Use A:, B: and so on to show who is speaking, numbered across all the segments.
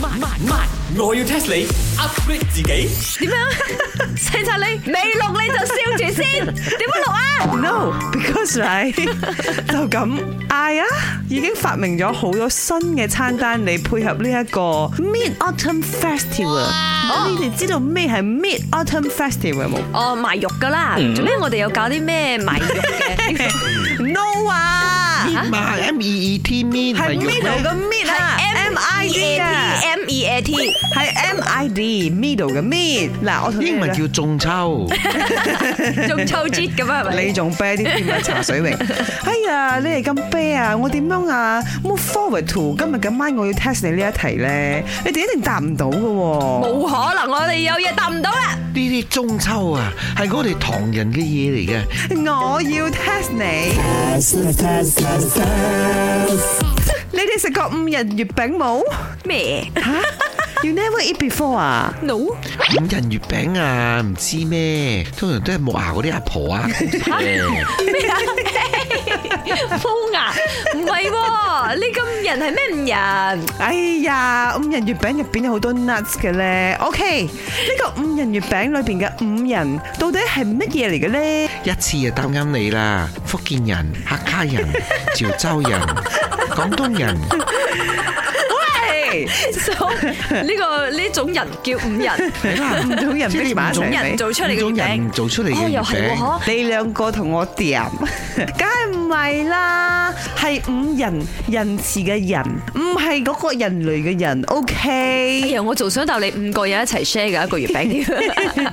A: 慢慢，我要 test 你 upgrade 自己。
B: 点样？細察你未錄你就笑住先，點樣錄啊？
C: No, because right 就咁嗌啊！已經發明咗好多新嘅餐單嚟配合呢一個 Mid Autumn Festival。我你哋知道咩係 Mid Autumn Festival 冇
B: 哦，賣肉噶啦，做咩我哋又搞啲咩賣肉 嘅？
C: ？No 啊，
B: À,
C: Uh-huh。
D: 嘛，M E E T 面
C: 係 middle 嘅 mid 啊，M I D 啊，
B: M E A T，
C: 係 M I D middle 嘅 mid。嗱，我同你
D: 英文
C: 講
D: 叫中 秋，
B: 仲抽節咁啊？係咪？
C: 你仲啤啲甜品茶水榮？哎呀，你哋咁啤啊！我點樣啊？Move à. forward to 今日今晚我要 test 你呢一題咧，你哋一定答唔到嘅喎。
B: 冇可能，我哋有嘢答唔到啦。
D: 呢啲中秋啊，係我哋唐人嘅嘢嚟嘅。
C: 我要 test 你。你哋食過五仁月餅冇？
B: 咩
C: 吓 You never eat before à? 啊？
B: ？No，
D: 五仁月餅啊，唔知咩，通常都係木牙嗰啲阿婆啊。
B: 咩啊？冇牙，唔係喎，你咁人係咩唔人？
C: 哎呀，五仁月餅入邊有好多 nuts 嘅咧。OK，呢個五仁月餅裏邊嘅五仁到底係乜嘢嚟嘅咧？
D: 一次就答啱你啦！福建人、客 家人、潮州人、廣東人，
C: 喂，
B: So，呢個呢種人叫五人，
D: 係啦，
C: 唔同人
D: 即係你
C: 逼埋一
D: 唔
C: 齊
D: 同
B: 人做出嚟嘅
D: 五種
B: 月餅
D: 人。做出嚟嘅
B: 哦，
D: 月
B: 又係喎，
D: 餅，
B: 嗬。
C: 你兩個同我掂， 梗係唔係啦？係五人人字嘅人，唔係嗰個人類嘅人。
B: 哎
C: OK，
B: 呀，我仲想逗你五個人一齊 share 嘅一個月餅添。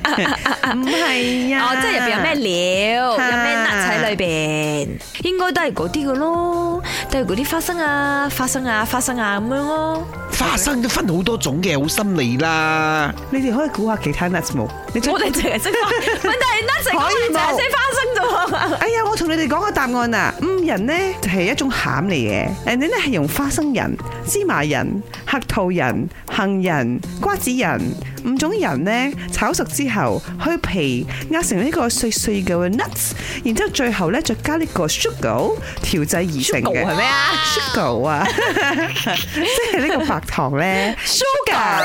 C: 唔係啊，
B: 哎哦，即係入邊有咩料，有
C: 啊
B: 咩辣喺裏邊，應該都係嗰啲嘅咯，都係嗰啲花生啊、花生啊、花生啊咁樣咯。
D: 花生都分好多種嘅，好心理 啦。
C: 你哋可以估下其他 nuts 冇？你再
B: 我哋淨係識花，問題係 nuts
C: 可以
B: 淨
C: 冇
B: 係識花生啫喎。
C: 哎呀，我同你哋講個答案啊！五仁呢就係一種餡嚟嘅，誒你咧係用花生仁、芝麻仁、核桃仁、杏仁、瓜子仁五種仁呢炒熟之後，去皮壓成呢個碎碎嘅 nuts，然之後最後呢，再加呢個 sugar 調製而成嘅
B: Sugar 係咩啊
C: ？sugar 啊， 即係呢個白糖呢 sugar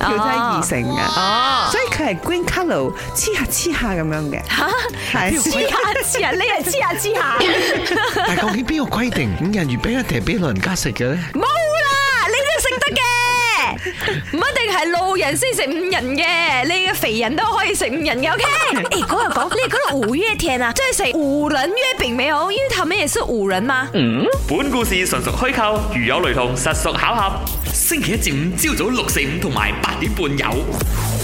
C: 調製而成嘅，
B: 哦，
C: 所以佢係 green colour 黐下黐下咁樣嘅， 係
B: 黐下黐下，你係黐下黐下，
D: 但係究竟邊個規定五仁月餅一定係俾老人家食嘅呢？
B: 冇啦，你都食得嘅，唔一定係老人先食五人嘅，你嘅肥人都可以食五人嘅，OK？誒，嗰日講你嗰度五月天啊，即係食五人月餅沒有？因為他們也是五人嘛。
E: 本故事純屬虛構，如有雷同，實屬巧合。星期一至五朝早六四五同埋八點半有。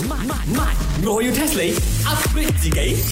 A: 慢慢，我要 test 你 upgrade 自己。